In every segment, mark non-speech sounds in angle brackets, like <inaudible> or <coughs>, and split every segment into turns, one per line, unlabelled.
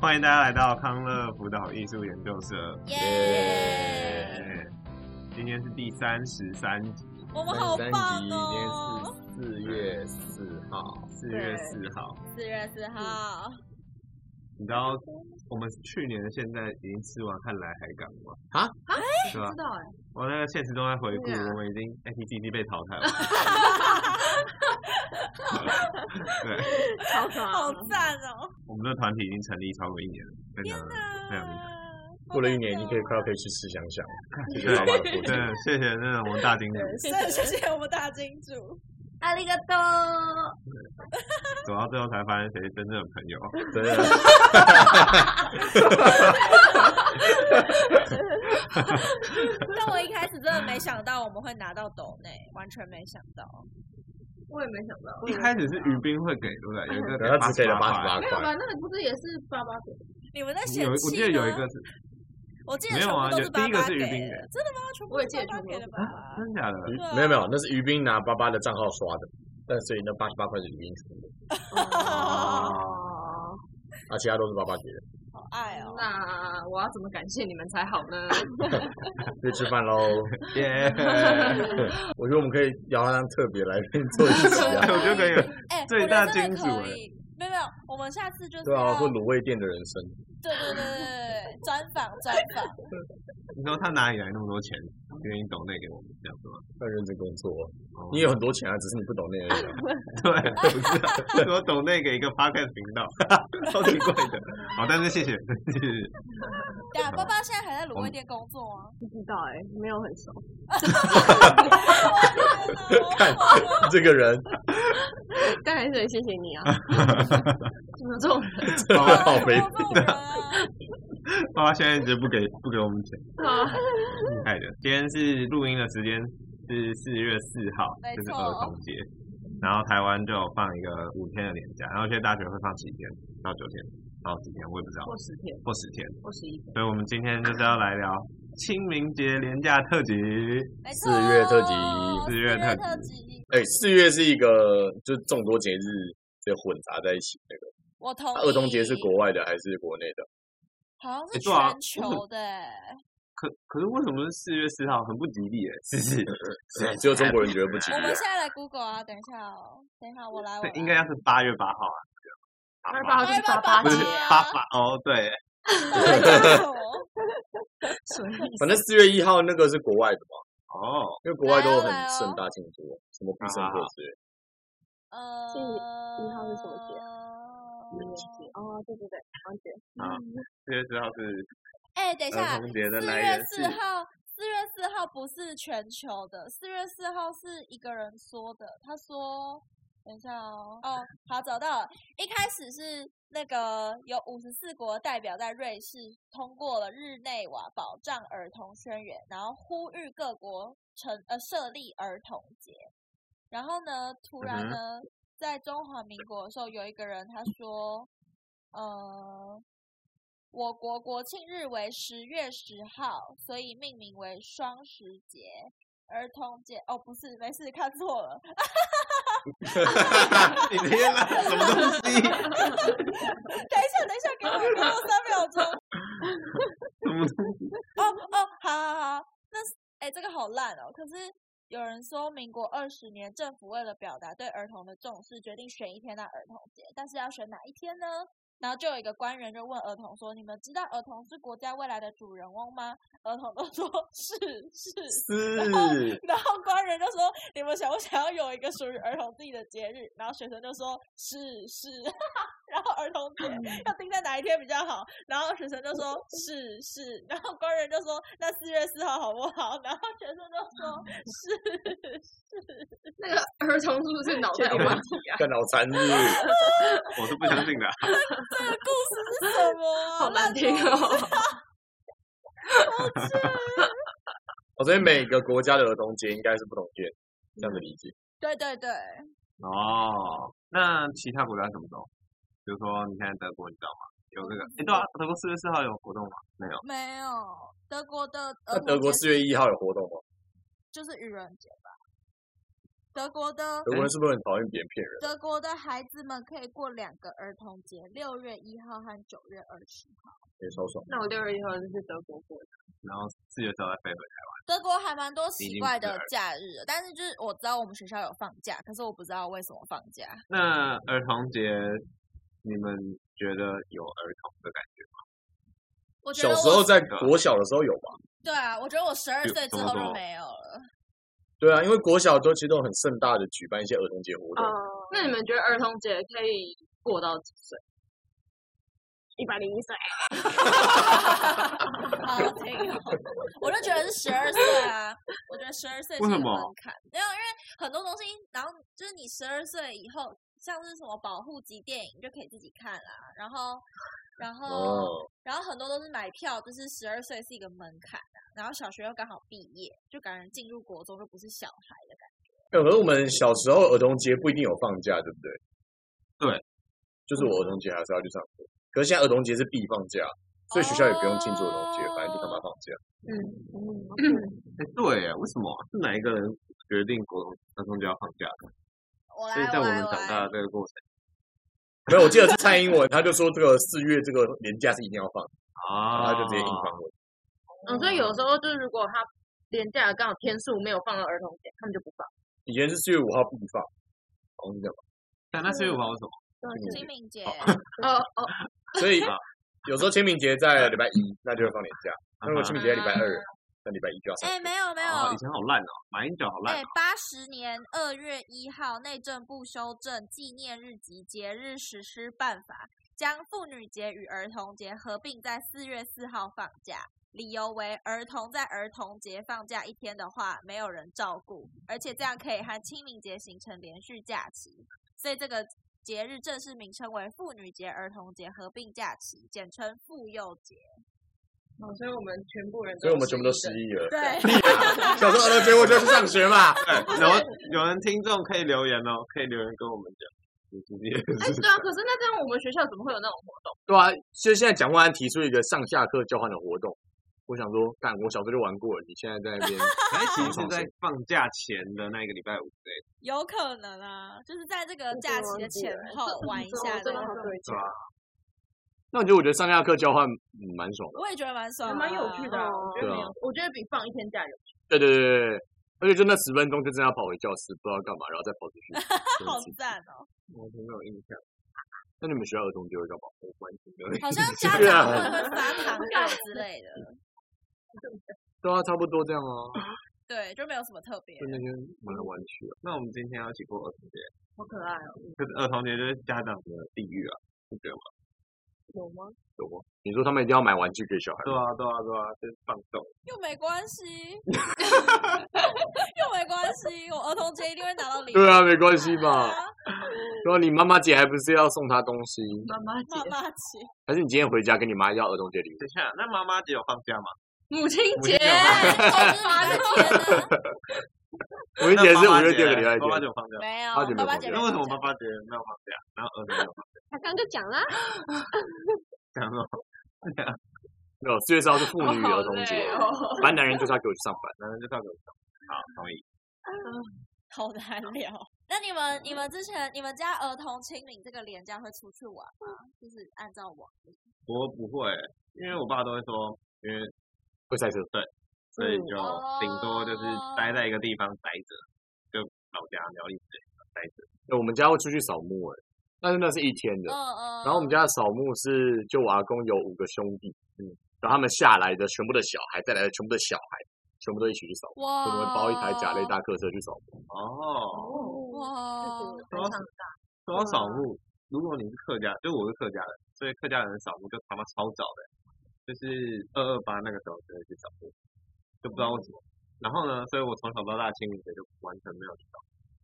欢迎大家来到康乐辅导艺术研究社。
耶！
今天是第三十三集，
我们好棒哦！
今天是四月四号，
四月四号。
四月四号，
你知道我们去年的现在已经吃完汉来海港了吗？
啊
啊
对吧
知？道哎、
我那个现实中在回顾，
对啊
我们已经哎 APT 已经被淘汰了。对，
超可爱
好
的
赞哦！
我们的团体已经成立超过一年了，非常的非常厉害。
过了一
啊
年，你可以快要可以去吃香香了，谢谢
对
老板的鼓励。
对，谢谢那个我们大金主，
真的谢谢我们大金主，
阿里个多，
走到最后才发现谁是真正的朋友。
真的，
但我一开始真的没想到我们会拿到斗内，完全没想到。
我也没想到。
<laughs> 一开始是于斌会给，对不对？有一个
然后只给了八十
88
八
没有吧？
块，
那个不是也是爸爸给的？
你们在嫌弃
有，
吗
我记得有一个，是，
我记得
没
全
有啊
部都
有
是
第
爸
一个
爸
是
给
于
的，
斌给
真的吗？全部
我也
都
记
是
得
爸爸
全部
给
都
的
是
吧？
真假的？
于
对啊
没有没有，那是于斌拿爸爸的账号刷的，但所以那八十八块是于斌出的，
<laughs> 哦，
啊，其他都是爸爸给的。
好爱哦！
那我要怎么感谢你们才好呢？
去吃饭喽！
<laughs>
耶！
我觉得我们可以邀他当特别来宾做一集啊，
我觉得可以。
哎，
最
我觉
大
得真
金
的
主
可
哎
以。没有没有，我们下次就是
对啊，
要
做卤味店的人生，
对对对对对，专访专访。
<laughs> 你说他哪里来那么多钱，愿意懂那给我们这样子吗？
要认真工作。啊
哦
你有很多钱啊，只是你不懂那个人啊。
<laughs> 对，我 <laughs> 知道，
<laughs>
我懂那给一个 podcast 频道， <laughs> 超奇怪的。好，但是谢 <laughs> 谢，谢谢。
对啊，爸爸现在还在卤味店工作
<laughs>
啊。
不知道哎、没有很熟。
看啊这个人，
刚才是谢谢你 <laughs> 啊，怎么这种人
这个好
好
肥
悲惨啊！
爸爸现在一直不给不给我们钱，
啊？
厉害的。哎今天是录音的时间是四月四号
没，
就是
错
儿童节。然后台湾就有放一个五天的年假，然后有些大学会放七天到九天，到几天我也不知道，
过十天，
或十天。
过十一天。
所以我们今天就是要来聊清明节廉价特辑。
没错
四月特辑
四
四
月
月
特
特
辑
辑，
哎，四月是一个就是众多节日的混杂在一起那个。
我同
儿童啊节是
意
国外的还是国内的？
好像
哎
是
对啊
全球的欸，
可可是为什么是四月四号？很不吉利哎，是不
<laughs>
是？
哎只有中
<laughs>
国人觉得不吉
我
利
们
啊。
现在来 Google 啊，等一下哦，等一下我来，我
这
来
应该要是八月八号啊。
八月
八
八
号
八
号就
月
是
八八
八八
不
节
是
节啊
八八哦，对，
到底在讲什
<laughs>
么
所以
反正四月一号那个是国外的嘛，
哦，
因为国外都有很
来哦来哦
盛大庆祝，什么必胜客之类的。
呃，
一号是什么节啊哦，对对对，王姐，
啊四月四号是
哎，等一下
儿，童节的
四
来
月
源
四号，四月四号不是全球的，四月四号是一个人说的，他说。等一下哦，哦，好，找到了。一开始是那个有五十四国代表在瑞士通过了日内瓦保障儿童宣言，然后呼吁各国成呃设立儿童节。然后呢，突
嗯
然
哼
呢，在中华民国的时候，有一个人他说，呃，我国国庆日为十月十号，所以命名为双十节。儿童节哦，不是，没事，看错了。
<laughs>
<laughs> 你那天拉什么东西？
等一下，等一下，给我给我三秒钟。
<laughs> 什么东西？
哦哦，好好好，那是哎、这个好烂哦。可是有人说，民国二十年政府为了表达对儿童的重视，决定选一天当儿童节，但是要选哪一天呢？然后就有一个官员就问儿童说：“你们知道儿童是国家未来的主人翁吗？”儿童都说是是。
是，
<laughs> 然后官员就说：“你们想不想要有一个属于儿童自己的节日？”然后学生就说：“是是。” <laughs> 然后儿童节要定在哪一天比较好？然后学生就说：“是是。”然后官员就说：“那四月四号好不好？”然后学生就说：“是 <laughs>
那个儿童是不是脑袋有问题啊？
干脑残日，
我是不相信的 <laughs> 啊。
是什么啊？”
<laughs> 好难
烂
听
透了！
哦。
哦所以每个国家的儿童节应该是不同天，这样的理解。
<laughs> 对对对，
哦，那其他国家怎么走？比如说，你看德国，你知道吗？有这个，哎，对啊，德国四月四号有活动吗？没有。
没有德国的儿呃
那
童
德国
节
四月一号有活动吗？
就是愚人节吧？德国的
德国人是不是很讨厌别人骗人？
德国的孩子们可以过两个儿童节，六月一号和九月二十号。
也超爽。
<laughs> 那我六月一号就去德国过的，
然后四月之后再飞回来。
德国还蛮多
已
奇
经
怪
不是
的
儿
假日的，但是就是我知道我们学校有放假，可是我不知道为什么放假。
那儿童节，你们觉得有儿童的感觉吗？
我觉
小
得
时
我
候在国小的时候有吧？
对啊，我觉得我十二
有
岁之
这么
后就
多
没有了。
对啊，因为国小都其实都很盛大的举办一些儿童节活动，
哦，那你们觉得儿童节可以过到几岁？一百零一岁，
好听哦，我就觉得是十二岁啊，我觉得十二岁是
为
一
什
个门
么
槛，没有，因为很多东西，然后就是你十二岁以后，像是什么保护级电影就可以自己看啦、然后，然后，
哦，
然后很多都是买票，就是十二岁是一个门槛啊，然后小学又刚好毕业，就感觉进入国中就不是小孩的感觉。
哎可是我们小时候儿童节不一定有放假，对不对？
对，
就是我儿童节还是要去上课，可是现在儿童节是必放假，所以学校也不用庆祝儿童节，反正就
哦
干嘛放假。
嗯
哎，对耶，为什么啊是哪一个人决定国中儿童节要放假的？
我
所以
来，
在
我
我
来，
们
我
长大
来
的。这个过程
<laughs> 没有，我记得是蔡英文，他就说这个四月这个年假是一定要放，然后
啊
他就直接硬放过去。
嗯，所以有时候就是如果他连假刚好天数没有放到儿童节，他们就不放。
以前是四月五号必放，好像是这样吧。
但
嗯
那是因为我什么？
清明节，
哦哦，
<laughs>
所以
啊
有时候清明节在礼拜一，那就会放年假；
啊
那如果
嗯
清明节在礼拜二，那礼拜一就要上
哎、。没有没有，
啊以前好哎烂哦，马英九好烂
哎
哦。，
八十年二月一号，内政部修正纪念日及节日实施办法，将妇女节与儿童节合并在四月四号放假。理由为儿童在儿童节放假一天的话，没有人照顾，而且这样可以和清明节形成连续假期，所以这个节日正式名称为妇女节、儿童节合并假期，简称妇幼节。
好，哦所以我们全部人，
所以我们全部都失忆了。 <laughs>
对，
小时候儿童节我就要去上学嘛。
<laughs>
哎
对，啊然后有人听众可以留言哦，可以留言跟我们讲，你自己
哎，对啊，可是那这样我们学校怎么会有那种活动？
对啊，所以现在蒋万安提出一个上下课交换的活动，我想说，干，我小时候就玩过了，你现在
<laughs>
在那边
<laughs> 还其哦实是在放假前的那个礼拜五对，
有可能啊，就是在这个
我
假
真
期
忘
的
记
前
了
后
<laughs> 这
玩一
这
下
我真的
那
好
种
久以
对
前
吧？
那我觉得我觉得上下课交换嗯蛮爽的。
我也觉得蛮爽
还
的啊，
蛮有趣的啊，我觉得
对啊
没有，我觉得比放一天假有趣。
对对对对对，而且就那十分钟就真的要跑回教室，不知道干嘛，然后再跑出去。真的
好
是
赞
<laughs>
哦！
我很有印象。
那你们学校儿童节会干嘛？我完全没有。
好像家
对啊
长会会发糖果之
<laughs>
类的，
对啊，差不多这样 <laughs> 啊，
对，就没有什么特别
就。那天玩来玩去啊。
那我们今天要一起过儿童节，
好可爱哦，
可是儿童节就是家长的地狱啊，你觉得吗？
有吗？
有吗？你说他们一定要买玩具给小孩
对
吗？ <laughs>
啊，对啊，对啊，就是放纵。
又没关系，又没关系，我儿童节一定会拿到礼物。
对啊，没关系
对
<laughs>
吧
啊。？
然后你妈妈节还不是要送她东西？
妈妈节
妈、妈节，
还是你今天回家跟你妈要儿童节礼物？
等一下，那妈妈节有放假吗？
母亲
母亲
节
节，
哎这
<laughs>
就是礼拜天啊
五一节
那
是
妈妈
五月第
节
二个礼拜
妈妈节
天。
有放假。
没有
八九，没
爸爸
有放
节
假
那
没有
为什么
放
爸爸
假
节没有放假，然后儿童节有放假？
他刚就讲啦，
这样哦，
没有，四月四号是妇
我
女与
好
儿童节
累，哦，
反正男人就是要给我去上班。
然后就放给我放。好，同意。
好难聊。那你们、你们之前、你们家儿童清明这个连假会出去玩吗？就是按照我，
我不会，因为我爸都会说，因为
会赛车，
所以
嗯
就顶多就是待在一个地方待着，就老家苗栗之类的待着。
对，我们家会出去扫墓哎，但是那是一天的
嗯。嗯。
然后我们家的扫墓是，就我阿公有五个兄弟，嗯，然后他们下来的全部的小孩，再来的全部的小孩，全部都一起去扫墓，
哇，
所以我们包一台甲类大客车去扫墓。
哦，
哦，
哇，
说到说到扫墓，如果你是客家，就我是客家人，所以客家人扫墓就他妈超早的，就是二二八那个时候就会去扫墓，就不知道为什么。然后呢，所以我从小到大清明节就完全没有去扫。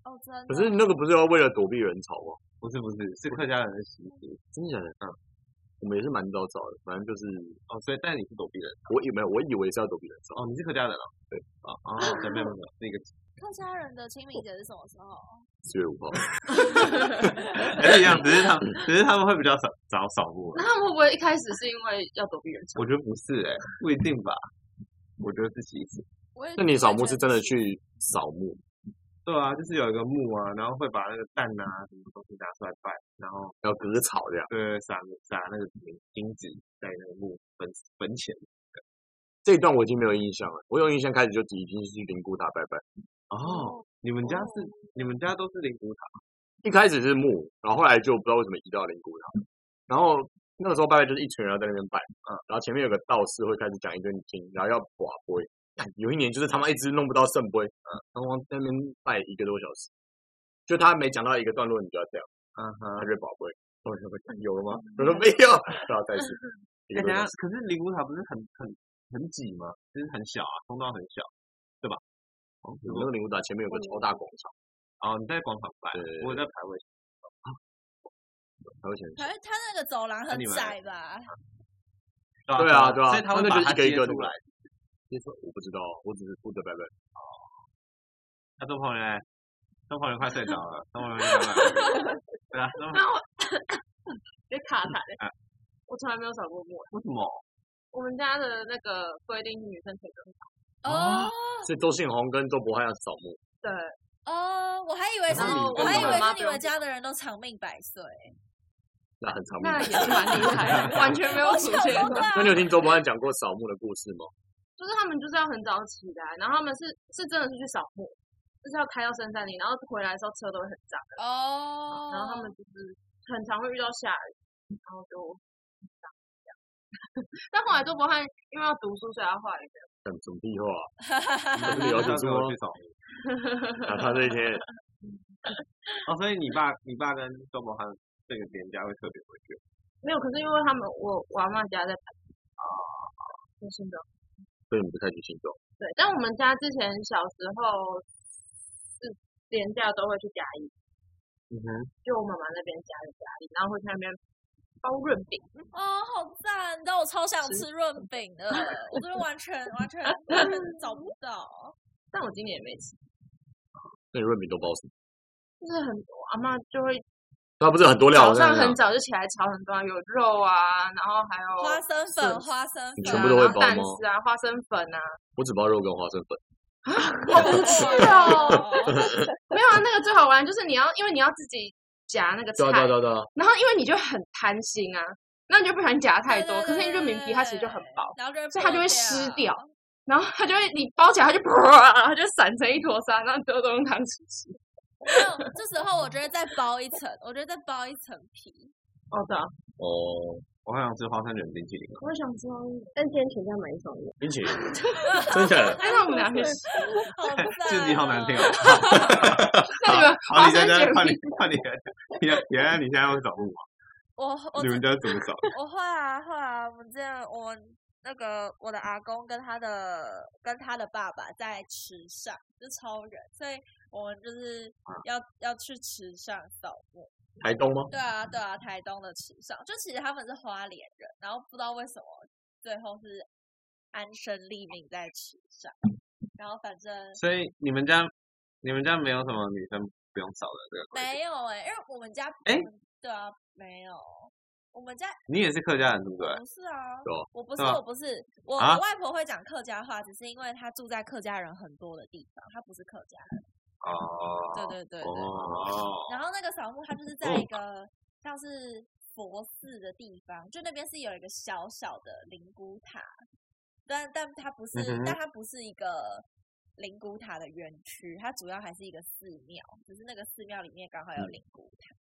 哦，真的。
可是那个不是要为了躲避人潮吗？
不是不是，是客家人的
嗯
习俗
真的假的？嗯，我们也是蛮早找的，反正就是
哦，所以但你是躲避人
我以没有，我以为是要躲避人潮，
哦，你是客家人哦，对啊哦，对没有没有没有，是一个
客家人的清明节是什么时候？
四月五号。
还哎是一样，只是他们只是他们会比较早早扫墓而已
<laughs> 那。他们会不会一开始是因为要躲避人潮
我？觉得不是哎、不一定吧。我觉得是其次，
我也
那你扫墓是真的？去扫墓？
对啊，就是有一个墓啊，然后会把那个蛋啊什么东西拿出来拜，然后
要割草这样。
对撒撒那个金金子在那个墓坟坟前。
这一段我已经没有印象了，我有印象开始就已经是去灵骨塔拜拜，
哦，你们家是你们家都是灵骨塔，
一开始是木，然后后来就不知道为什么移到灵骨塔，然后那个时候拜拜就是一群人要在那边拜，嗯，然后前面有个道士会开始讲一堆你听，然后要寡杯，干有一年就是他妈一直弄不到圣杯，嗯，然后在那边拜一个多小时，就他每讲到一个段落你就要这样，
嗯哼
他。就宝贝，我说干有了吗？ <laughs> 我说没有，然后再一次，
哎
一
等一
个多
下
小时，
可是灵骨塔不是很很很挤吗？就是很小啊，通道很小，对吧？哦，
那个灵骨塔前面有个超大广场，
哦，你在广场拜，
对
我有在排位。
还有前面
可是他那个走廊很
那你们
窄吧？
对啊对啊
所以他
他
会
那
把
就
它
一个一
接
个
出
的
来，
你说我不知道，我只是负责拜拜。
那周鹏呢？周鹏人快睡着了，周鹏人快睡着了对啊，周鹏
那我就卡卡的
嗯
啊，
我从来没有扫过墓。啊
为什么？
我们家的那个规定，女生可以跟
啊
哦
所以周信宏跟周伯翰要扫墓，
对，
哦，我还以为是，
然后
我还
我
以
妈
为
妈
是
不
你
用
们家的人都长命百岁。
那很长命
那。也是蛮厉害的，完全没有
我
出
想
现
说，
过
对。啊
<laughs> 那，你有听周伯翰讲过扫墓的故事吗？
就是他们就是要很早起来，然后他们是是真的是去扫墓，就是要开到深山里，然后回来的时候车都会很脏，
哦，
然后他们就是很常会遇到下雨，然后就很脏这样 <laughs> 但后来周伯翰因为要读书，所以他后来就
讲什么屁话、 <laughs> 啊？不是有赌
要
注
跟我
吗
去？扫墓
然后他这一天，
哦，所以你爸、你爸跟周鹏他这个年假会特别回去。
没有。可是因为他们我我阿妈家在啊，就新庄
所以你不太去行动。
哦对，但我们家之前小时候是连假都会去嘉义，
嗯哼，
就我妈妈那边家的嘉义，然后会去那边包润饼，
哦，好赞！但我超想吃润饼的，我这边完全完全完全找不到。
但我今年也没吃，
那你润饼都包什么？
就是很我阿妈就会
他不是很多料，
早
我跟
上
你
很
讲，
早就起来炒很多啊，有肉啊，然后还有
花生
是
粉，花生
你
粉，
全部都会
然后
包
蛋
吗
丝啊、花生粉 <laughs> 啊，
我只包肉跟花生粉。
我不
吃哦。没有啊，那个最好玩就是你要，因为你要自己夹那个菜
对，啊对啊对啊对啊，
然后因为你就很贪心啊，那你就不小心夹太多，可是你润饼皮它其实就很薄，
然后就
<laughs> 所以它就会
破
湿掉。然后它就会，你包起来它就 <laughs> 啪，它就散成一坨沙，然后最后都用汤匙吃。
没有，这时候我觉得再包一层，我觉得再包一层皮。
哦，对啊，
哦，
我好想吃花生卷冰淇淋哦。
我想知道，但今天全家买一送一，
冰淇
<laughs>
淋，真假的？
哎，那我们俩去吃，
好赞、哦！
自己好难听哦。 <laughs>
那你们
好，
花
你在
生
家
卷
换
皮
你换你，你原来你现在会扫墓吗？
我我
你们家怎么扫？
我会啊会啊，我们这样我们那个我的阿公跟他的跟他的爸爸在池上，是超人，所以我们就是
啊
要、要去池上扫墓。
台东吗？
对啊对啊，台东的池上，就其实他们是花莲人，然后不知道为什么最后是安身立命在池上，然后反正
所以你们家你们家没有什么女生不用扫的这个规定？
没有哎、因为我们家
诶
我们对啊没有，我们家
你也是客家人对不对？
不是啊
对啊，
我不是，
对啊
我不是，我
啊
我外婆会讲客家话，只是因为她住在客家人很多的地方，她不是客家人。
哦，
对对对对。
哦，
然后那个扫墓，它就是在一个像是佛寺的地方，就那边是有一个小小的灵骨塔，但但它不是，
嗯哼
但它不是一个灵骨塔的园区，它主要还是一个寺庙，只是那个寺庙里面刚好
嗯
有灵骨塔。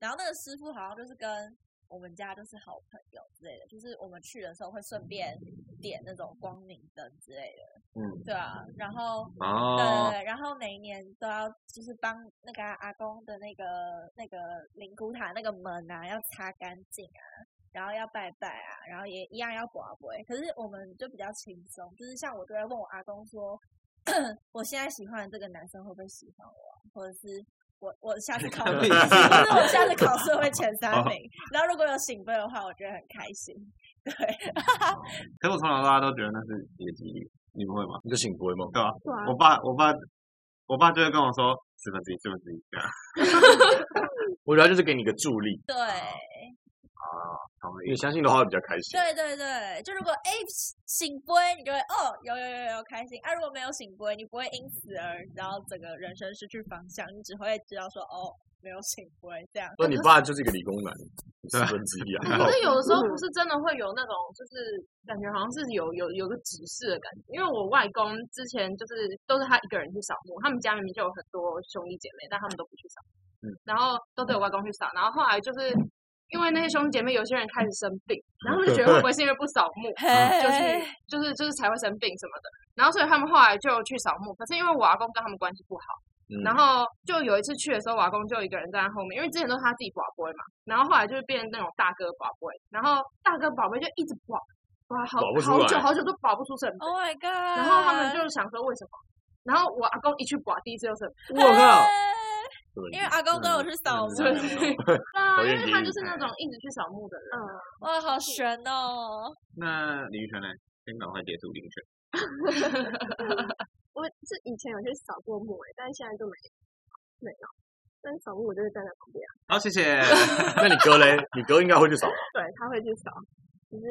然后那个师傅好像就是跟我们家就是好朋友之类的，就是我们去的时候会顺便点那种光明灯之类的，
嗯，
对啊。然后对对
哦，
对，然后每一年都要就是帮那个啊阿公的那个那个灵骨塔那个门啊，要擦干净啊，然后要拜拜啊，然后也一样要刮杯。可是我们就比较轻松，就是像我就会问我阿公说， <coughs> 我现在喜欢的这个男生会不会喜欢我啊，或者是。我我下次
<laughs>
考试，
屁
就
事啊
是我下次考试会前三
哦
名，然后如果有醒杯的话，我觉得很开心。对，
可是我从小到大都觉得那是野鸡力，你们会吗？
你就醒不会吗？
对啊
我爸，我爸，我爸就会跟我说四分之一，四分之一这样。
我觉得他就是给你一个助力，
对，
哦，同
你
意。
相信的话会比较开心。
对对对，就如果哎醒归，你就会哦有有有有开心啊；如果没有醒归，你不会因此而然后整个人生失去方向，你只会知道说哦没有醒归这样。
所以你爸就是一个理工男，四
对
分之一啊。
可
<laughs>
是有的时候不是真的会有那种，就是感觉好像是有有有个指示的感觉。因为我外公之前就是都是他一个人去扫墓，他们家明明就有很多兄弟姐妹，但他们都不去扫，
嗯，
然后都是我外公去扫。然后后来就是因为那些兄弟姐妹有些人开始生病，然后就觉得会不会是因为不扫墓，
啊
就
嘿
哎
是就是就是才会生病什么的。然后所以他们后来就去扫墓，可是因为我阿公跟他们关系不好。
嗯
然后就有一次去的时候，我阿公就一个人站在后面，因为之前都是他自己保龟嘛，然后后来就是变成那种大哥保龟，然后大哥保龟就一直保，哇，好
保不出
好久
来
好久都保不出神，
哦
，Oh my god！
然后他们就想说为什么？然后我阿公一去保，第一次就是，
我靠，
嘿因为阿公跟我去
嗯
扫墓，
对
<laughs> 啊，因
愿
为
地
他
狱
就是那
哎
种一直去扫墓的人，
<laughs>
嗯
啊
哇，好悬哦！
那李宇轩呢？先赶快结束李宇轩。
我是以前有去扫过墓欸诶，但是现在就没没有。但扫墓我就是站在旁边啊，
好，谢谢。
那你哥嘞？你哥应该会去扫吧，
对他会去扫，就是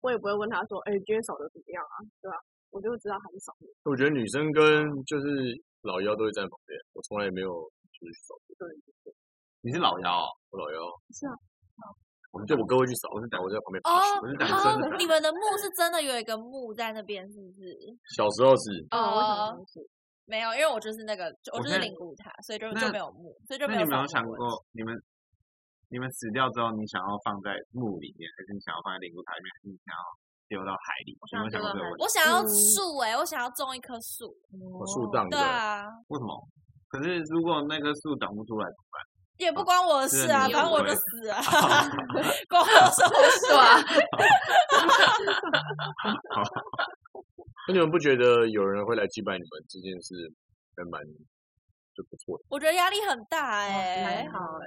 我也不会问他说，哎、今天扫的怎么样啊？对吧、我就知道他是扫墓，
我觉得女生跟就是老幺都会站在旁边，我从来没有就是去扫过，
你是老幺哦，
我老幺
是啊，
我就我哥会去扫，我是我在旁边
哦
爬树。
我是讲真的
哦，。
<laughs>
你们的墓是真的有一个墓在那边，是不是？
小时候是
哦，我
哦
想东西，
没有，因为我就是那个，就我
我
就是
那
灵骨塔，所以就
那
就没有墓，所以就
那
有
你们
扫
有
墓
想
的问题
过，你们你们死掉之后，你想要放在墓里面，还是你想要放在灵骨塔里面，还是你想要丢到海里？你有没有
想
想过这个
丢到海
问题？
里
我想要
嗯
树哎、我想要种一棵树。
哦
我哦树
<laughs>
葬
对
的，
啊，
为什么？可是如果那棵树长不出来，
也不关我的事
是啊
啊，
你
反正
又不
我就
会
死啊，关我什么
<laughs>
事啊？
<laughs>
那你们不觉得有人会来祭拜你们这件事还蛮就不错的？
我觉得压力很大哎、
哦还好哎，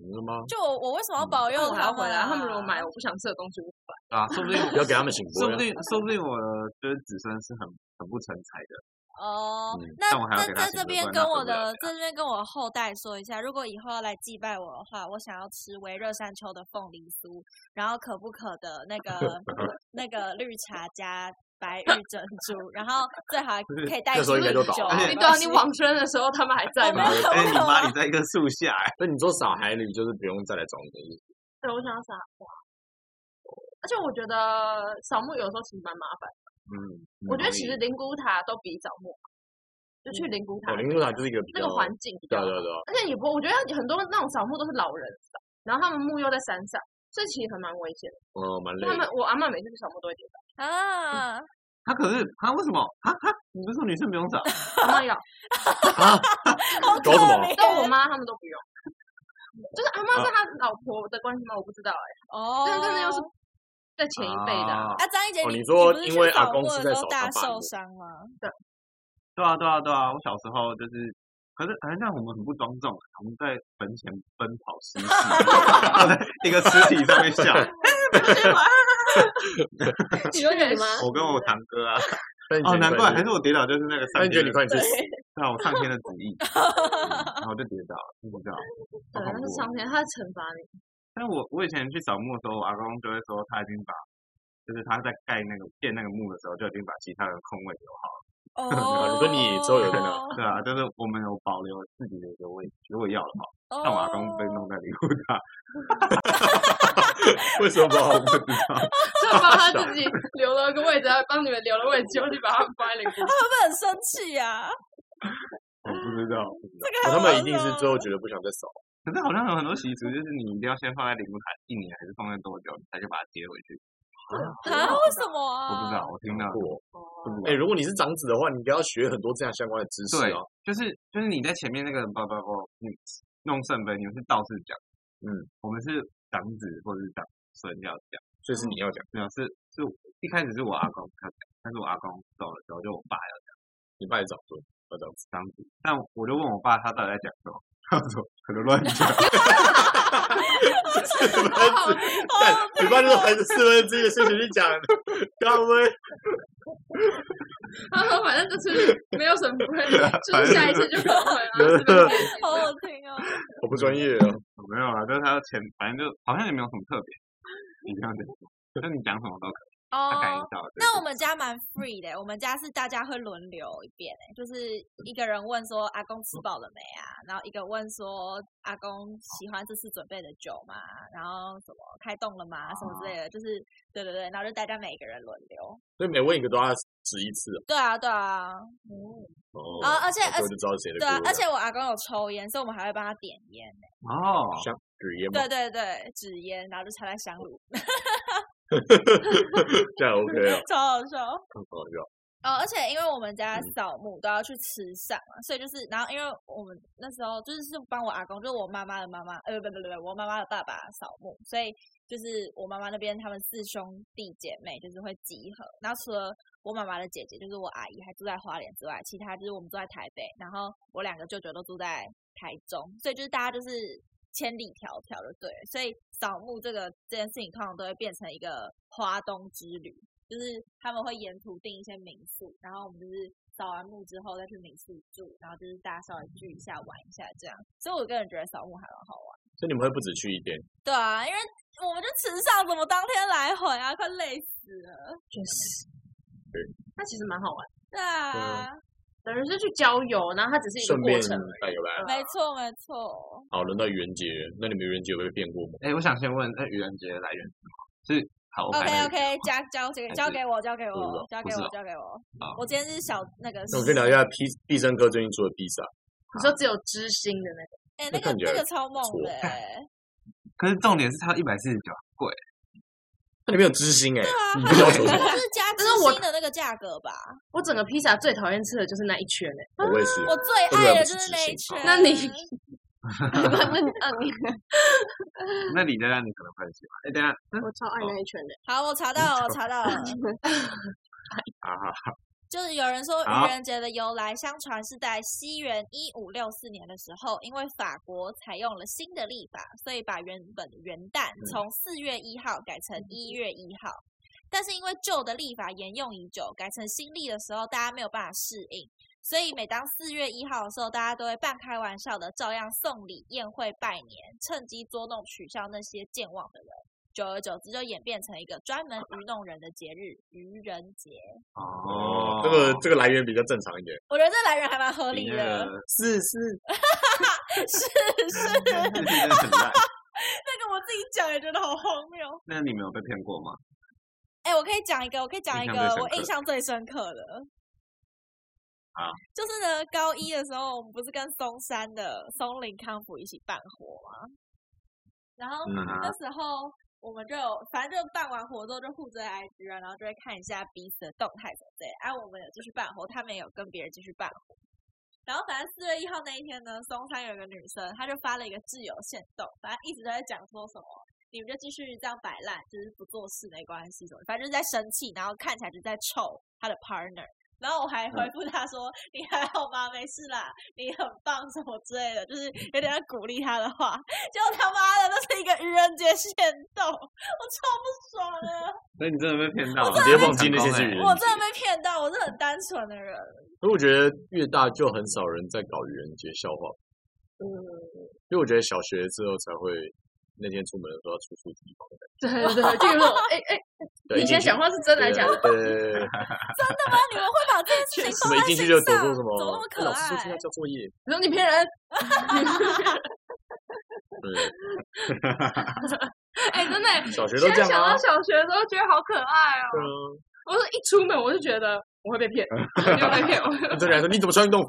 真的吗？
就我我为什么要保
因为
佑
我还要回来，
啊
他们如果买我不想吃的东西，我
啊，说不定
不要给他们醒过
说不
啊。
定说不定我的就是子孙是很很不成才的。
哦
嗯，
那
但我还要
在
给他
在
请
这
客
边
不然
跟
他受
我
不了
的
的
在这边跟我后代说一下，如果以后要来祭拜我的话，我想要吃微热山丘的凤梨酥，然后可不可的那个那个绿茶加白玉珍珠，然后最好还可以带
那时候应该
润
就倒
酒
了
而
的
且
你
东
对啊，你
西
往生的时候他们还在
我没
吗
有？可
哎、你
不可
妈
啊
你？在一棵树下、哎
那你说扫海里就是不用再来找你的意思？
对，我想要撒花。而且我觉得扫墓有时候其实蛮麻烦的，
嗯，
我觉得
同
其
意
实灵骨塔都比扫墓好，就去灵骨塔
哦，灵骨塔就是一个比
那
较
个环境比
对
较好
啊对啊对啊，
而且也不，我觉得很多那种扫墓都是老人扫，然后他们墓又在山上，所以其实很蛮危险的。
嗯，蛮累
他
的。
们我阿嬷每次去扫墓都会跌倒，
<laughs> 啊，
他可是他为什么他他你不是说女生不用找？
阿嬷有， <laughs>
好可
<laughs> 搞什么
怜
但我妈他们都不用。就是阿嬷是他老婆的关系吗？我不知道哎、
哦，
<laughs>
但真的又是在前一辈的
啊
啊、
啊，张一杰，
哦
你
你说
不是
因
去
为阿
扫
公
过
是
的时
在
候
扫
大
他爸
受
的
伤
<laughs>
吗？
对啊，对啊，对啊！我小时候就是，可是哎，那我们很不庄重，我们在坟前奔跑嬉戏，然后在一个尸体上面笑。
你说你吗？
我跟我堂哥啊，
但你
哦，
觉得
难
你
怪
快
还
点
是我跌倒，就是那个上
那你觉
天
得你
的，
快点去 <laughs> 死？
对啊，我上天的旨 <laughs> 意，嗯然后就跌倒了，你知道，好
对，
恐
那是
怖
上
哦。
天，他在惩罚你。
但我我以前去扫墓的时候，我阿公就会说他已经把，就是他在盖那个建那个墓的时候，就已经把其他人空位留好了。
哦，
啊你说你之后有可能 <laughs>
对啊，就是我们有保留自己的一个位置，如果要的话，
哦，
但我阿公被弄在里屋 <laughs> 大，
为什么把我
不知道。
就帮他自己留了个位置，还帮你们留了位置，就去把他们放在灵
<laughs>
骨塔。
会不会很生气呀？
我不知道，不知道。
这个
哦
还
他们
好
一定是
呢
最后觉得不想再扫，
可是好像有很多习俗，就是你一定要先放在灵骨塔一年，还是放在多久，你才去把它接回去？
啊？为什么
我不知
啊？ <laughs>
道，我听到
不哦。
不
嗯
知道
哎，如果你是长子的话，你应该要学很多这样相关的知识
对
啊。，
就是就是你在前面那个人叭叭叭，你弄圣杯，你们是道士讲，
嗯，
我们是长子或者是长孙要讲，
所以是你要讲，
没有是是一开始是我阿公他讲，但是我阿公走了之后就我爸要
你爸也长孙要这样子。
长子，但我就问我爸他到底在讲什么，他说可能乱讲， <laughs>
好，
哦
嘴巴就是还是四分之一的事情去讲，高威 <laughs>
他说 <laughs> 反正就是没有什么不会，就是下一次就不会了。
我
好好
<laughs>
听哦。
不专业啊，
没有啊，就是他前反正就好像也没有什么特别，你这样讲，就你讲什么都可以，他感应
哦，
到了。
那我们家蛮 free 的，我们家是大家会轮流一遍，欸就是一个人问说阿公吃饱了没啊，然后一个问说阿公喜欢这次准备的酒吗？然后什么开动了吗？什么之类的，就是对对对，然后就大家每一个人轮流。
所以每问一个都要指一次
对啊，对啊，
哦
啊而且
我就知道谁的
对啊
锅，了
而且我阿公有抽烟，所以我们还会帮他点烟呢。
哦，
像纸烟嘛，
对对对，纸烟，然后就插在香炉，
这样 OK 啊，
<laughs> 超好笑。 <laughs>
很好笑。
哦，而且因为我们家
嗯
扫墓都要去吃上嘛，所以就是，然后因为我们那时候就是是帮我阿公，就是我妈妈的妈妈，呃，不不不不，我妈妈的爸爸扫墓，所以就是我妈妈那边他们四兄弟姐妹就是会集合，然后除了我妈妈的姐姐，就是我阿姨还住在花莲之外，其他就是我们住在台北，然后我两个舅舅都住在台中，所以就是大家就是千里迢迢的对了，所以扫墓这个这件事情通常都会变成一个花东之旅，就是他们会沿途订一些民宿，然后我们就是扫完墓之后再去民宿住，然后就是大家稍微聚一下玩一下这样。所以我个人觉得扫墓还蛮好玩。
所以你们会不止去一点，
对啊，因为我们就迟上，怎么当天来回啊，快累死了。
确实，那其实蛮好玩，
对啊，
等于是去郊游，然后它只是一个
顺
过
便
程而已。
带个来。
没错没错。
好，轮到愚人节，那你们愚人节有被变过吗？
哎，我想先问，那愚人节的来源是什么是好我
OK
还没
OK，交交这个
还
交
是
给我，交给
不知
我
道，
交
不
给
知
我，
道
交给我
好。
我今天是小那个，
那我们先聊一下披必胜客最近出的披萨，
你说只有知心的那种，
哎，
那
那个
看起
那
来
个超猛
错
的欸，
<laughs> 可是重点是它一百四十九，
那里面有知心哎，你不要
就 <laughs>
求什么？
是加知
但是我
心的那个价格吧。
我整个披萨最讨厌吃的就是那一圈 <laughs> 哎、
我也是，
啊
我最
我以为
爱的
不
就是是
知
那一
心
圈。
那你欸，不不嗯，
那李佳佳你可能会很喜欢。哎，等一下，那
<laughs> 我超爱那一圈的。
好，我查到了，我查到了，
啊哈，
就是有人说
好
愚人节的由来，相传是在西元一五六四年的时候，因为法国采用了新的历法，所以把原本元旦从四月一号改成一月一号。但是因为旧的历法沿用已久，改成新历的时候，大家没有办法适应，所以每当四月一号的时候，大家都会半开玩笑的照样送礼、宴会、拜年，趁机捉弄、取笑那些健忘的人。久而久之，就演变成一个专门愚弄人的节日——愚人节。
哦
哦，，这个这个来源比较正常一点。
我觉得这来源还蛮合理
你那
的，
个
是是，
<laughs> 是是，
这真的很烂。
那个我自己讲也觉得好荒谬。
<laughs> 那你没有被骗过吗？
哎、我可以讲一个，我可以讲
印
一
象
个
最深
我印
刻
象最深刻的。
好，
就是呢，高一的时候，我们不是跟松山的松林康复一起办活吗？然后
嗯
那时候我们就有反正就办完活动就互追 IG 啊，然后就会看一下彼此的动态什么之类的。哎、我们有继续办活，他们也有跟别人继续办活。然后反正四月一号那一天呢，松山有个女生，她就发了一个挚友限动，反正一直都在讲说什么你们就继续这样摆烂，就是不做事没关系什么，反正就是在生气，然后看起来就是在臭她的 partner。然后我
嗯
还回复她说：“你还好吗？没事啦，你很棒什么之类的，就是有点在鼓励她的话。”结果他妈的，那是一个愚人节限动，我超不爽的，
所以你真的被骗到了，
直接忘记那些
成
是
功
愚人
欸
啊
我真的被骗到，我是很单纯的人。
所以我觉得越大就很少人在搞愚人节笑话。
嗯
因为我觉得小学之后才会那天出门的时候要出出题目。
对对对，就有种哎哎，
对
你现在讲话是真的还是假的？？
对对对对对，
那
啊
你们会把这件事情放 <laughs>
我们一
在
进
心
去
上？
就躲过什么？
怎么那么
哎
可
老师说现
爱
在？交作业。
你说你骗人，
对，
哎、真的、欸，
小学都
现
这
在
样
想
啊
到。小学的时候觉得好可爱哦、我说一出门我就觉得我会被
<laughs>
骗，我就被骗，我
对啊，真的来说，你怎么穿运动服？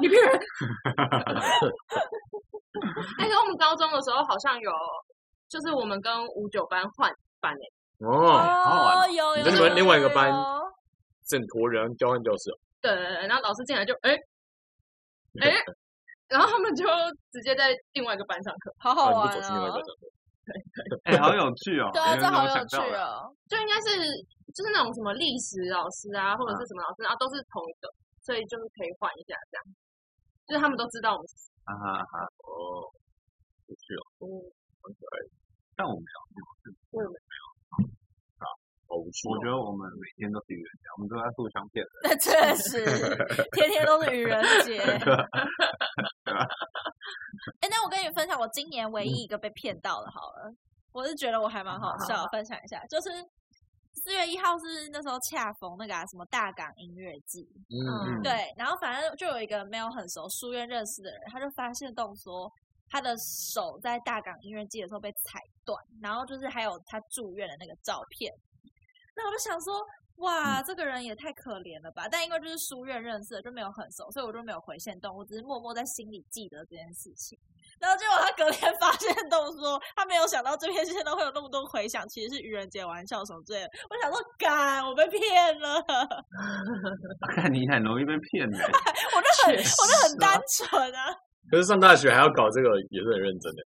你
<laughs>
骗人！哎、可是我们高中的时候好像有，就是我们跟五九班换班诶、
哦，好好玩。
哦，有
你
有
跟你们
有
另外一
有
个班
有
整坨人交换教室，
对对对，然后老师进来就哎哎、然后他们就直接在另外一个班上课，
好好
然后
玩
你就走去另外一
哦
个！
哎、好有趣哦！
对啊，
你
这
们让
好
我
有
想
趣
到了
哦！
就应该是就是那种什么历嗯史老师啊，或者是什么老师，然后都是同一个，所以就是可以换一下这样。就是他们都知道我们是谁
啊哈啊哈，哦，不是
啊
哦，
嗯，
很可爱。但我们
哦
小时候是，
我有没有
好无趣
我
哦。
觉得我们每天都是愚人节，我们都在互相骗人。
<laughs> 那确实，天天都是愚人节。哎、那我跟你分享，我今年唯一一个被骗到的，好了，我是觉得我还蛮嗯好笑，分享一下，就是四月一号是那时候恰逢那个、啊、什么大港音乐季，
嗯
嗯
对，然后反正就有一个没有很熟书院认识的人，他就发现动说他的手在大港音乐季的时候被踩断，然后就是还有他住院的那个照片。那我就想说，哇，这个人也太可怜了吧！但因为就是书院认识的，就没有很熟，所以我就没有回线动，我只是默默在心里记得这件事情。然后结果他隔天发现动说，他没有想到这篇线动会有那么多回响，其实是愚人节玩笑什么之类的。我想说，干，我被骗了。
<laughs> 看你很容易被骗的。
我就很我就很单纯啊。
可是上大学还要搞这个，也是很认真的。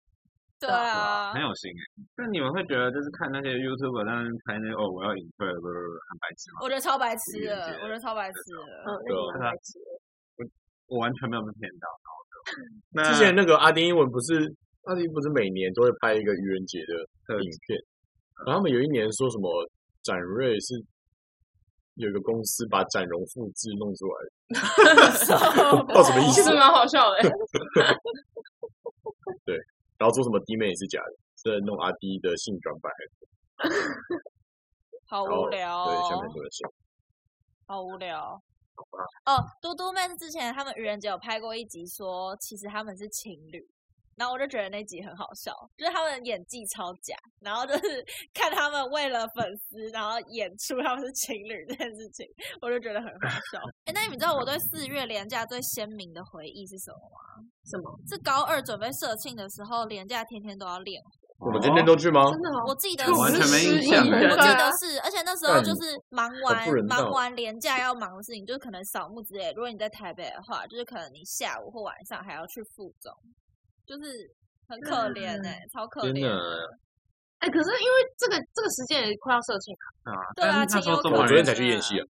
对
啊
啊
很，有型哎。那你们会觉得就是看那些 YouTube 在那边拍那个哦，我要隐退了，不不不，很白痴吗？
我觉得超
愚
白痴
人
的
节，
我觉得超白痴的。
嗯，
对
对啊
啊，
我完全没有被骗到。然后就
之前那个阿丁英文不是阿丁英文不是每年都会拍一个愚人节的影片，然后他们有一年说什么展瑞是有一个公司把展荣复制弄出来的，
<laughs>
我不知道什么意
其实，
思
蛮好笑 <laughs> 的、
然后说什么弟妹也是假的，是在弄阿迪的性转版，
好
然后
无聊
对，下面
哦，
很多人信。
好无聊。哦，嘟嘟妹是之前他们愚人节有拍过一集，说其实他们是情侣。然后我就觉得那集很好笑，就是他们演技超假，然后就是 <laughs> 看他们为了粉丝，然后演出他们是情侣这件事情，我就觉得很好笑。哎，那你们知道我对四月廉价最鲜明的回忆是什么吗？
什么？
是高二准备社庆的时候，连假天天都要练。
我们今天都去吗？
真的哦，
我记得
这我完
是
全没印
我
象
我
哎
记
对
得
啊
是，而且那时候
干
就是忙完
不人道
忙完连假要忙的事情，就是可能扫墓之类。如果你在台北的话，就是可能你下午或晚上还要去附中，就是很可怜
嗯
哎、超可
真
怜
的
的。
<laughs>
哎、可是因为这个这个时间也快要社庆了，
对啊，
对啊
但是那时候周
情有可
我
鹏宇
原
昨天才去演戏啊，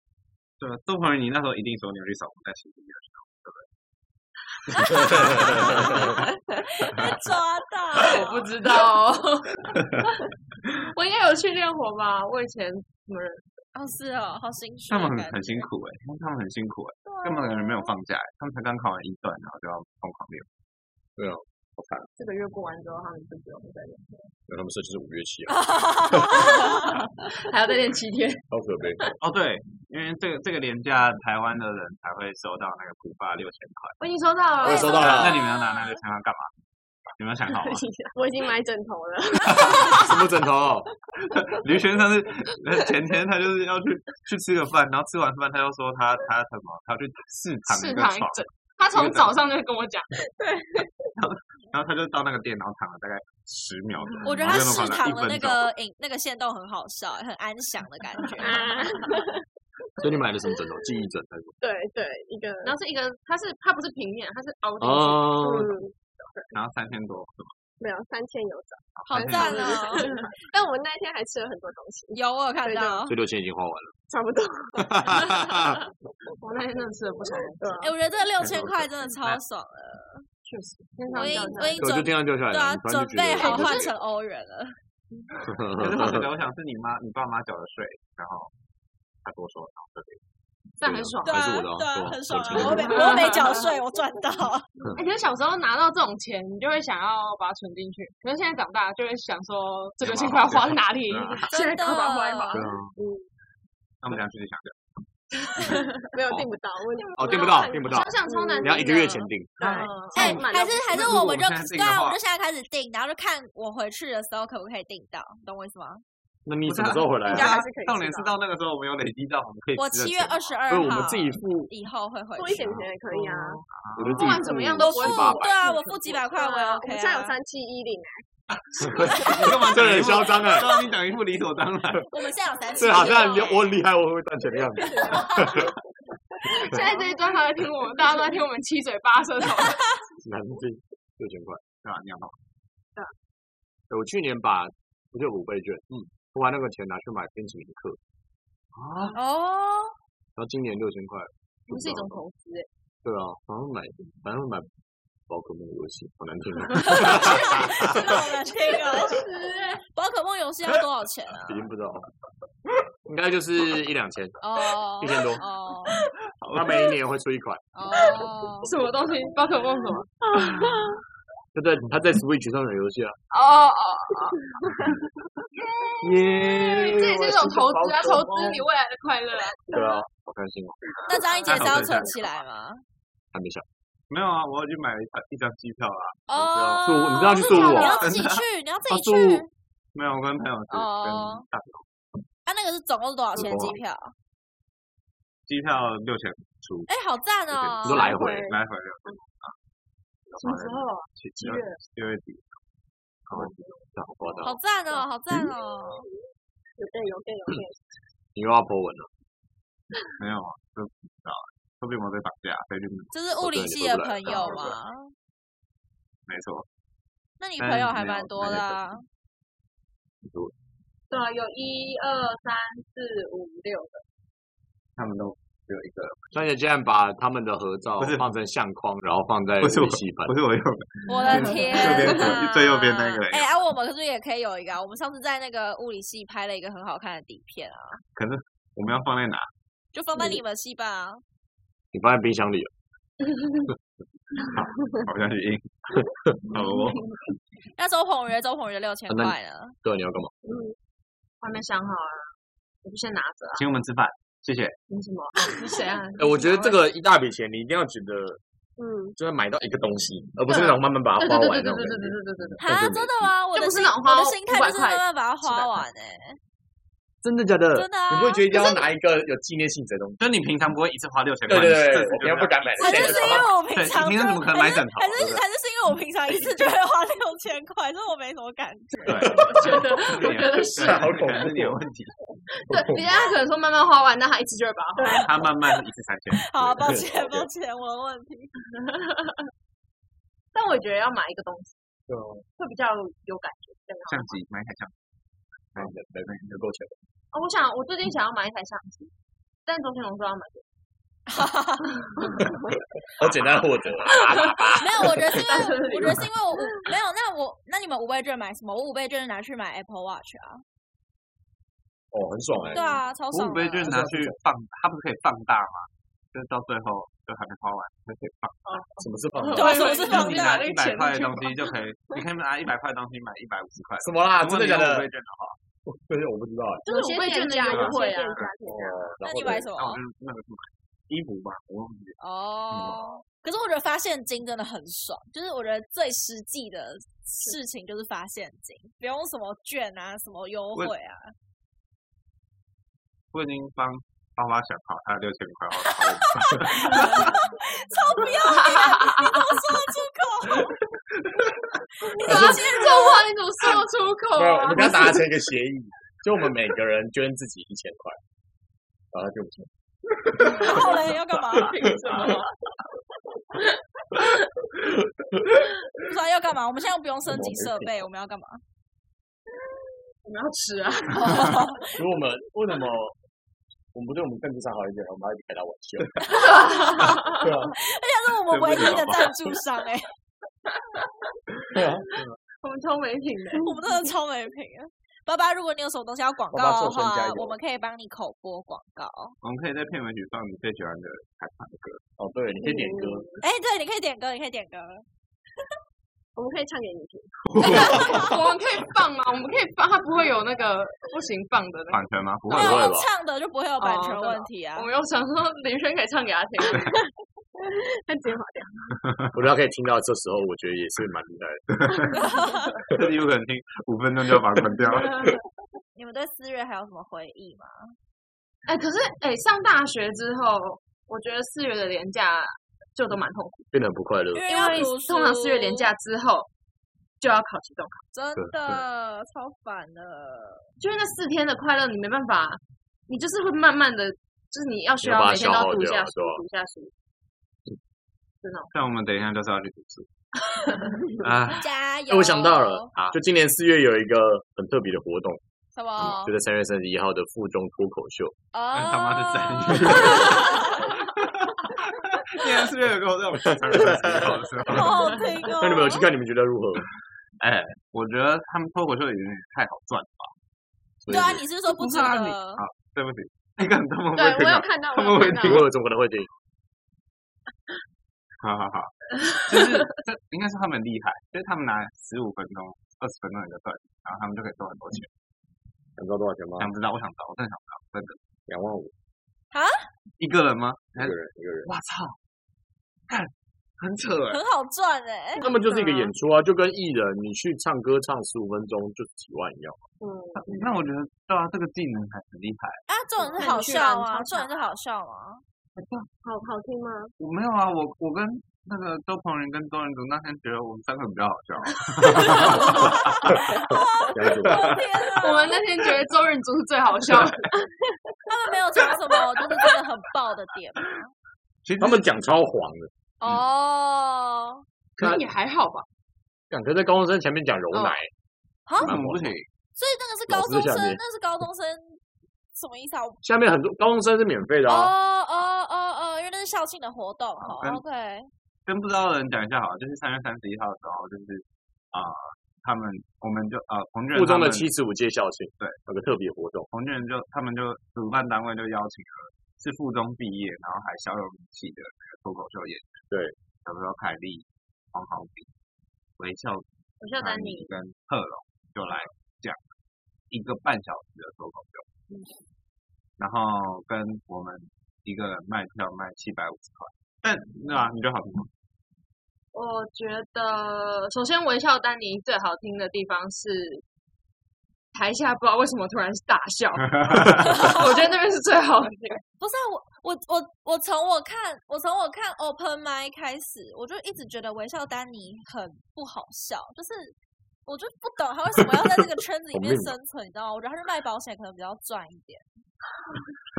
对啊，周鹏宇你那时候一定说你要去扫墓，但其实没有。
被抓
<laughs>
到，
我不知道、哦， <laughs> 我应该有去练火吧？我以前什么人？
哦是哦，好心虚
他
的
们
感
很
觉。
很辛苦
啊
哎，他们很辛苦哎，他们可能没有放假欸，他们才刚考完一段，然后就要疯狂练。
对啊，
这个月过完之后，他们就不用再练，
然后他们设计是五月七啊，
还要再练七天。
超可悲。
哦对，因为这个这个廉价台湾的人才会收到那个古巴六千块。
我已经收到了，
我也
哦
收到了
啊
那你们要拿那个千块干嘛？你们有想好啊
<laughs>
吗？
我已经买枕头了，
什么枕头？
吕先生是呃前天他就是要去去吃个饭，然后吃完饭他又说他他什么，他要去试躺
试
一个
躺一
床，
整。他从早上就跟我讲，
然后他就到那个店，然后躺了大概十秒钟。
我觉
然
得他
后就
试
弄好了
躺
一
的那
分钟
个影那个线动很好笑，很安详的感
<laughs>
觉。
<laughs>
所以你买的什么枕头？记忆枕还是什么？
对对，一个
然后是一个，他是他不是平面，他是凹进去，
哦，
嗯，
然后三千多，
没有三千有找，
好
三千
赞
多
哦！
<laughs>
但我那天还吃了很多东西，
有我有看
对对
到
所以，六千已经花完了。
差不多。
我那天真的吃了不少，
对啊
哎、，我觉得这六千
多
块真的超
那
爽的。
确实天上
我已
掉
我
下来。
已
对，就
准
天上掉下来
对
了，
啊
你，突然
准
就觉得
备
有
好
点
换成欧元了。
<laughs>
可是我觉得我想是你妈你爸妈缴的税，然后他多
<laughs>
收，然后这里
但很爽。
对
还是
啊
我的啊，
对
是
啊，
吧
很爽啊！
我
我
的
没我没缴税，我赚到。
哎、可是小时候拿到这种钱，你就会想要把它存进去。可是现在长大，就会想说这
要
个
把
钱
它
要
花
花哪里
对啊？
现在
真的
赶快把它花一花。
对啊，
那我们俩继续想着，
没有订不到，我
哦，订不到，订不到，
想想超难定的，
你要一个月前订。
对
嗯。
哎、
嗯
还是还是
如果我
我们就
现在订
对
的
啊，
话
我们就现在开始订，然后就看我回去的时候可不可以订到，懂我意思吗？
那你
不是
什
啊
么时候回来
应该
啊
还？是可以
当年
吃
是
到
到那个时候我们有累积到我们可以
我
吃的
七月
钱
二十二
因
号
为我们自己付，
以后会回
多
去。
一点钱也可以啊，
哦
我觉得自己
不管怎么样
我
都
付
不
付
会
七
付
八
对
百，
啊，我付几百块我也
啊
OK
我们现在有
啊。
三七一零，
你干嘛
这很嚣张哎，
让你讲一副理所当然。
我们现在有三
这
千
好像
六
啊我很厉害，我会赚钱的样子。
<laughs> 现在这一专场在听我们，大家都在听我们七嘴八舌 <laughs> 的。
南京六千块，啊
对吧？你要
啊
对我去年把不是有个五倍券，嗯，我把那个钱拿去买冰淇淋课，
啊，
哦，
然后今年六千块，
不是一种投资、欸，
对啊，反正买，反正买宝可梦游戏，好难
<laughs>
听啊，
真的好难听哦。宝可梦游戏要多少钱啊？
已经不知道了，应该就是一两千，
哦，
一千多
哦
它每一年会出一款，
哦，
什么东西？宝可梦什 <laughs> 么？
就在它在 Switch 上有游戏啊，
哦哦，
耶
这也是一种投资啊，投资你未来的快乐啊。
对啊，好开心哦，
那张一杰是
太好
要
了
存起来吗？
还没想，
没有啊，我要去买一张一张机票啊，
哦，
苏你知道去苏
你
武
要
啊
自己去，你要自己
啊苏
去。
武
没有，我跟朋友是跟
哦
大表
啊，那个是总共是多少钱的
多
机
少
啊
票？
机票六千出，
哎，好赞哦！
你说来回
来回六千啊，
什么时候啊？
七
七月？
七月底，
好好夸
好，
张
赞哦，好赞哦！
有对有对有对，
你又要 po 文了，
没有啊，都不知道啊，说不定我被绑架，菲律宾
这是物
哦对
理
你
系
回
的
不来
朋
了
友
回不来
嘛？
没错，
那你
但
朋友
是哎
还
没有
蛮多
那
的
些朋
啊。
对啊，有一二三四五六个，
他们都只有一个，
张姐竟然把他们的合照
不是
放成相框，然后放在
不是我
微信
<laughs>
版
不，是我有，
我的
右
天
嗯边左
呐
最右边那个
哎、啊，我们可是也可以有一个、啊，我们上次在那个物理系拍了一个很好看的底片啊，
我们要放
<laughs>
在哪？
就放在你们系吧、啊。
你放在冰箱里了，
好像是
<laughs>
音，好哦，
那周鹏宇，周鹏宇的六千
那你
块呢？
对，你要干嘛？
嗯我还没想好啊，我就先拿着啊。
请我们吃饭，谢谢。
你
<laughs>
什么？你谁啊？
哎，我觉得这个一大笔钱，你一定要觉得
嗯，
就是买到一个东西，而不是那种慢慢把
对
它
对
花
对
完
对对
那种
对对
感觉。
对对对对。
啊，
但是
真
没
的
嗯
吗？我
这
的
不是
心
那种花
我的心态
500
就是
块
慢慢把它花
700
完哎、
真的假的？
真的啊
你不会觉得一定要拿一个有纪念性质的东西？
就你平常不会一次花六千块，
对
你
对
这
对，
次
我
就
平常不敢买的
还是
现在
啊是
就
因
把它
为我
对
平
你
常
平
就
常怎么可能买枕头
还是还
对
是
不
还是是因为我平常一次就会花六千块，所以我没什么感觉。
对，
我觉
<laughs>
<laughs>
得，我觉得
对。
是
好恐怖哦
可能是你有问题。
对，人
<laughs>
家可能说慢慢花完，那他一次就会把它花完。
他慢慢一次三千，
好，抱
对
歉
对
抱歉，我的问题。
但我觉得要买一个东西
对啊
会比较有感觉。对
相机买一台
<laughs>
相机，
买的买的能够钱。
啊，我想我最近想要买一台相机，但昨天我说要买 <laughs> 这个，
好简单获得啊，
没有，我觉得是因为
真的
我觉得是因为我五没有。那我那你们五倍券买什么？我五倍券拿去买 Apple Watch 啊。
哦，很爽哎。
对啊，超
我五
爽的。
倍券拿去放，它不是可以放大吗？就是到最后就还没花完，就可以放。
什么是放
对啊，
大？
什么是
就是
放
你
大
拿？一百块的东西就可以，你可以拿一百块的东西买一百五十块。
什么啦？
如果
啊真
你有
的假
五
的
倍？券的话，
对，我不知道哎。
就是五倍券的
有
优惠
些
啊
店。家可以这
哦
样，
然
那
后
你
嘞
买什么
那？我就那个是买衣服吧，我忘记了。
哦，可是我觉得发现金真的很爽，就是我觉得最实际的事情就是发现金，不用什么券啊，什么优惠啊。
我已经帮爸妈想好，他六千
<laughs>
块，我花了
<laughs>
你怎么这种话你怎么说出口
没
哦
有，我
啊
们？刚达成一个协议，就我们每个人捐自己一千块，然后就不行。
然后嘞，要干嘛？
什么？
不知道要干嘛？我们现在又不用升级设备，我们要干嘛？
我们要吃啊！ <laughs>
如果我们为什么我们不对我们政治上好一点，我们还一直开他玩
<laughs>
笑？对啊，
这是我们唯一的赞助商哎、
对 <laughs> 啊，
我们超没品的。
我们真的超没品啊！爸爸，如果你有什么东西要广
爸爸
告的
授权加
话
油，
我们可以帮你口播广告。
我们可以在片尾曲放你最喜欢
<laughs>
的台湾歌，
哦对，你可以点歌，
哎、对，你可以点歌，你可以点歌。
我们可以唱给你
<laughs>
听。
我们可以放吗？我们可以放，它不会有那个不行放的那
版权吗？不会
没
吧，
会
有
吧
唱的就不会有版
哦
权
真的
问题啊
个。我。们又想说林轩可以唱给他听，啊 <laughs>
那直接划掉。
嗯我觉得他可以听到这时候，我觉得也是蛮厉害
<laughs>
的。
这有可能听五分钟就要把它关
<laughs>
掉了。
<laughs>
你们对四月还有什么回忆吗？
哎、可是哎、上大学之后，我觉得四月的连假就都蛮痛苦，
变得很不快乐，
因为
因
要
为
读
通常
书
四月连假之后就要考期中考，
真
对
的超烦的。
就是那四天的快乐你没办法，你就是会慢慢的，就是你要需
你要
要
把它
每天都
消
要
耗
读一
掉
下
是
书
吧，
读一下书，真的。
但我们等一下就是要去读书。
<laughs>
啊，
加油！
哎，我想到了
好，
就今年四月有一个很特别的活动，
什么
就？在三月三十一号的附中脱口秀，
<laughs>
哦，
他妈的三
月。
年四月有跟我在我们现场的时候的时候，
<laughs>
好好听哦。
那你们有去看？你们觉得如何？
哎，我觉得他们脱口秀演员太好赚了吧？所以
对啊，
<laughs>
你是不是说不
不
值
是啊你
得？
对不起，那个他们不
对
会听
我有
到，
看到，我
他们
有
会
看到
啊
听。
我有中国人会听，
好好好，就是这应该是他们厉害，就是他们拿十五分钟、二十分钟一个段子，然后他们就可以赚很多钱。
你知道多少钱吗
想？不知道，我想知道，我真的想知道，真的
两万五
一个人吗？
一个人，一个人。
我操，看很扯哎、
很好赚哎、
<laughs> 那么就是一个演出啊，就跟艺人你去唱歌唱十五分钟就几万一样。
嗯，
那我觉得对啊，这个技能还很厉害。
啊，重点是好笑啊，重点是好笑啊。
好好听吗？
我没有啊，我我跟那个周鹏仁跟周仁祖那天觉得我们三个比较好笑，啊
了解
我 <laughs>
吧
的天啊，
<laughs> 我们那天觉得周润珠是最好笑
<laughs>
的，
他们没有讲什么，就是真的很爆的点
其实
他们讲超黄的，
哦。
可是也还好吧。
感觉在高中生前面讲柔奶，
好，
为什么不行？
所以那个是高
老
中
师下
生
面，
那是高中生，什么意思啊？我
下面很多高中生是免费的
哦
啊。
哦哦哦，因为那是校庆的活动哦。
嗯
OK，
跟不知道的人讲一下好了，就是三月三十一号的时候，就是啊、呃他们我们就呃彭俊
附
仁他
中的
们
七十五届校庆，
对，
有个特别活动，
彭俊仁就他们就主办单位就邀请了是附中毕业，然后还小有名气的那个脱口秀演员，
对，
小时候凯丽、黄豪平、韦孝
我叫丹尼，
跟贺龙就来讲一个半小时的脱口秀，
嗯
然后跟我们一个人卖票卖七百五十块，但对啊，你觉得好听吗？
我觉得首先微笑丹尼最好听的地方是台下不知道为什么突然大
<laughs>
笑，我觉得那边是最好的。
不是啊，我我我我从我看我从我看 Open m i 开始，我就一直觉得微笑丹尼很不好笑，就是我就不懂他为什么要在这个圈子里
好
面
命啊
生存，你知道吗？我觉得他是卖保险可能比较赚一
<laughs>
点，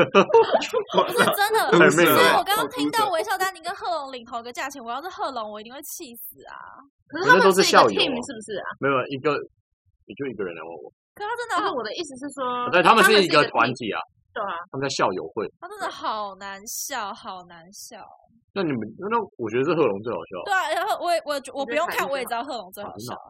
我
不是真的。
太
所
媚
以我
了吧。
刚刚听到
我
微笑丹尼跟贺龙领头一个价钱，我要是贺龙，我一定会气死啊！
可是
可
他
是
们
都是
一个
校友
team
啊
是不是啊？
没有一个，也就一个人来问我。
可他
<laughs>
真的
但是
好，
<laughs>
我的意思是说，
哦对，他们是一个
team，
团体啊，
对啊，
他们叫校友会。
他真的好难笑，好难笑。
那你们那我觉得是贺龙最好笑，
对啊，然后我也我也觉我
我
不
觉得
用看，
凯莉
我也知
最
道贺龙最
啊
好
真的
笑
啊。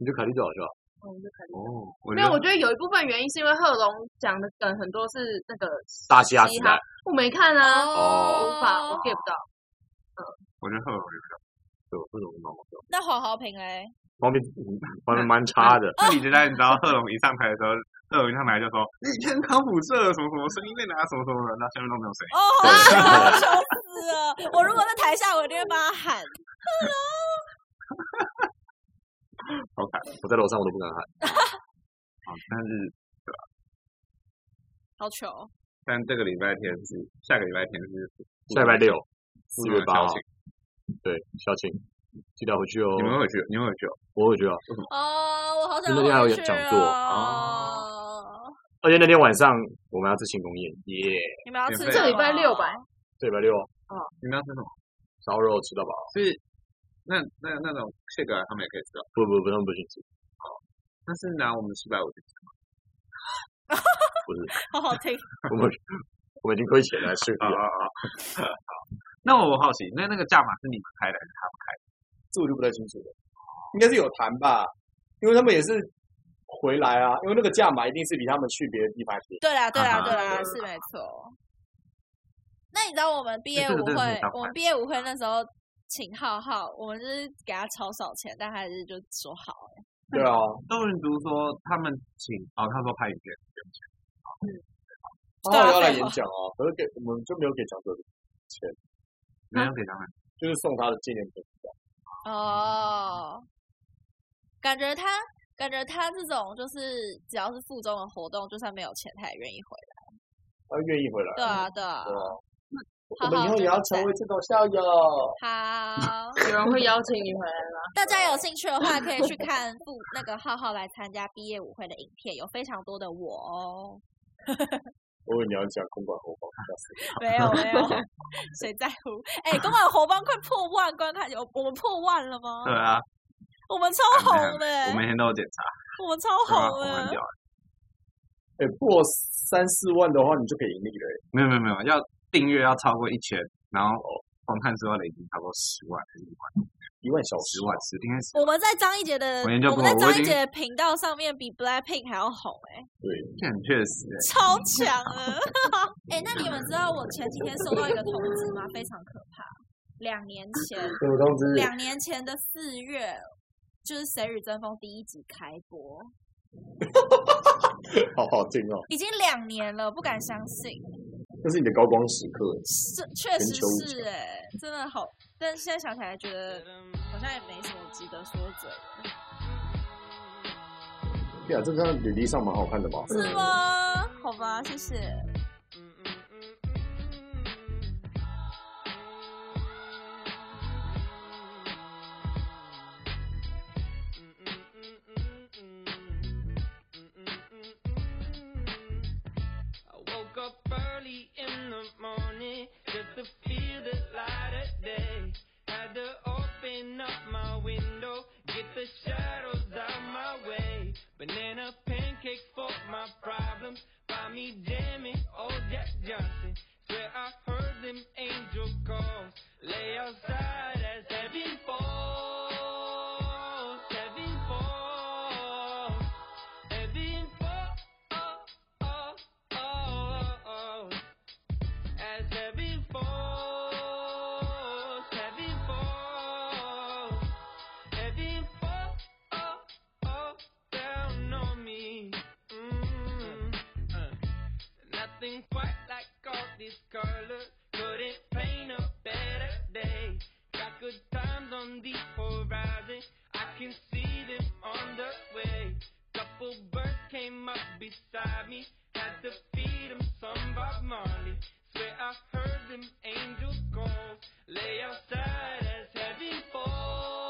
你觉得凯莉最好笑？
我们就开始
哦，我觉
没有，
得
我觉得有一部分原因是因为贺龙讲的梗很多是那个
大虾
嘻
时
哈
代，
我没看啊，无
哦
法我 get 不到。
我觉得贺
哦
龙有点
对，贺龙蛮好笑，
那黄豪平嘞？
方面方面嗯蛮差的。
那你觉得你知道贺龙一上台的时候，贺龙一上台就说你以前是康普社什么什么声音被拿什么什么的，那下面都没有声音。
哦，好啊，笑死了！我如果在台下，我一定会帮他喊。
好惨
我在楼上我都不敢喊，哦
啊！但是
好糗，
但这个礼拜天是下个礼拜天是
下礼拜六
附
四
中
月
的
八
校
号
庆，
对校庆，记得要回去哦
你。们会去？你们会去哦？
我回去啊，
哦，我好想
那天还有
回去
讲座
哦。
而且那天晚上我们要吃庆功宴，耶！
你们要吃
免费
什
这
礼拜
么
六吧
这礼拜六
你们要吃什么？
烧肉吃到饱，
是那那那种这个他们也可以吃哦，
不不不，他们不行吃，
但是拿我们七百五去吃，
不是，
好好听。
我们 <laughs> 我们已经亏钱了，吃不
啊
了，
啊啊！ <laughs> 那我好奇，那那个价码是你们开的还是他们开的？
这我就不太清楚了，应该是有谈吧，因为他们也是回来啊，因为那个价码一定是比他们去别的地方还便宜。
对啦，对
啊
啦，
哈
对啦，
对
是没错。那你知道我们毕业
哎这个
舞
真的是
会
当，
我们
饭
毕业舞会那时候请浩浩，我们就是给他超少钱，但他还是就说好。嗯 <laughs>
对啊，
周润竹说他们请哦，他说拍影片，
对啊
他后来要来
废
演
话
讲啊，可是给我们就没有给讲者钱，
没有给他们。
就是送他的纪念品。
哦，感觉他感觉他这种就是只要是附中的活动，就算没有钱他也愿意回来。
他愿意回来。
对啊，对啊
对，啊。
好
我们以
好
后也
真
要
的
成
赞
为这种校友。
好，
有人会邀请你回来吗？
大家有兴趣的话可以去看附那个浩浩来参加毕业舞会的影片，有非常多的我哦。
我以为你要讲公馆红包，吓死我
没有没有， <laughs> 谁在乎？哎、公馆红包快破万观看，有我们破万了吗？
对啊，
我们超
还没还
红的、欸
我每天都有检查，
我们超
对啊，
红
我
的、
很屌。
哎，破三四万的话，你就可以盈利了。
没有没有没有，要定订阅要超过一千，然后访探说要累积超过十万还是一万
一万小
十万十，应该是
我们在张一杰的
我研究
我们
过
在
我
张
已
一杰
经
的频道上面比 Blackpink 还要红哎、
这很确实欸。 <laughs>
超强了！哎、那你们知道我前几天收到一个通知吗？非常可怕，两年前，
什么通知？
两年前的四月，就是《谁与争锋》第一集开播，
好好听哦，
已经两年了，不敢相信，
这是你的高光时刻。
是确实
全球
是哎、真的好，但现在想起来觉得嗯好像也没什么值得说嘴
嗯
的，
对啊，这张履历上蛮好看的嘛。
是吗？好吧，谢谢。
I woke up early in the morning just to feel the light of day. Had to open up my window, get the shadows out my way. Banana pancakes for my problems. Find me jamming, old Jack Johnson. Swear I heard them angel calls. Lay outside as heaven falls, heaven falls, heaven falls oh, as heaven falls, heaven falls, heaven falls down on me. Mm, uh, nothing quite like all this color. Couldn't paint a better day. Got good times on the horizon. I can see them on the way. Couple birds came up beside me. Had to feed 'em some Bob Marley. Swear I heard them angel calls. Lay outside as heaven falls.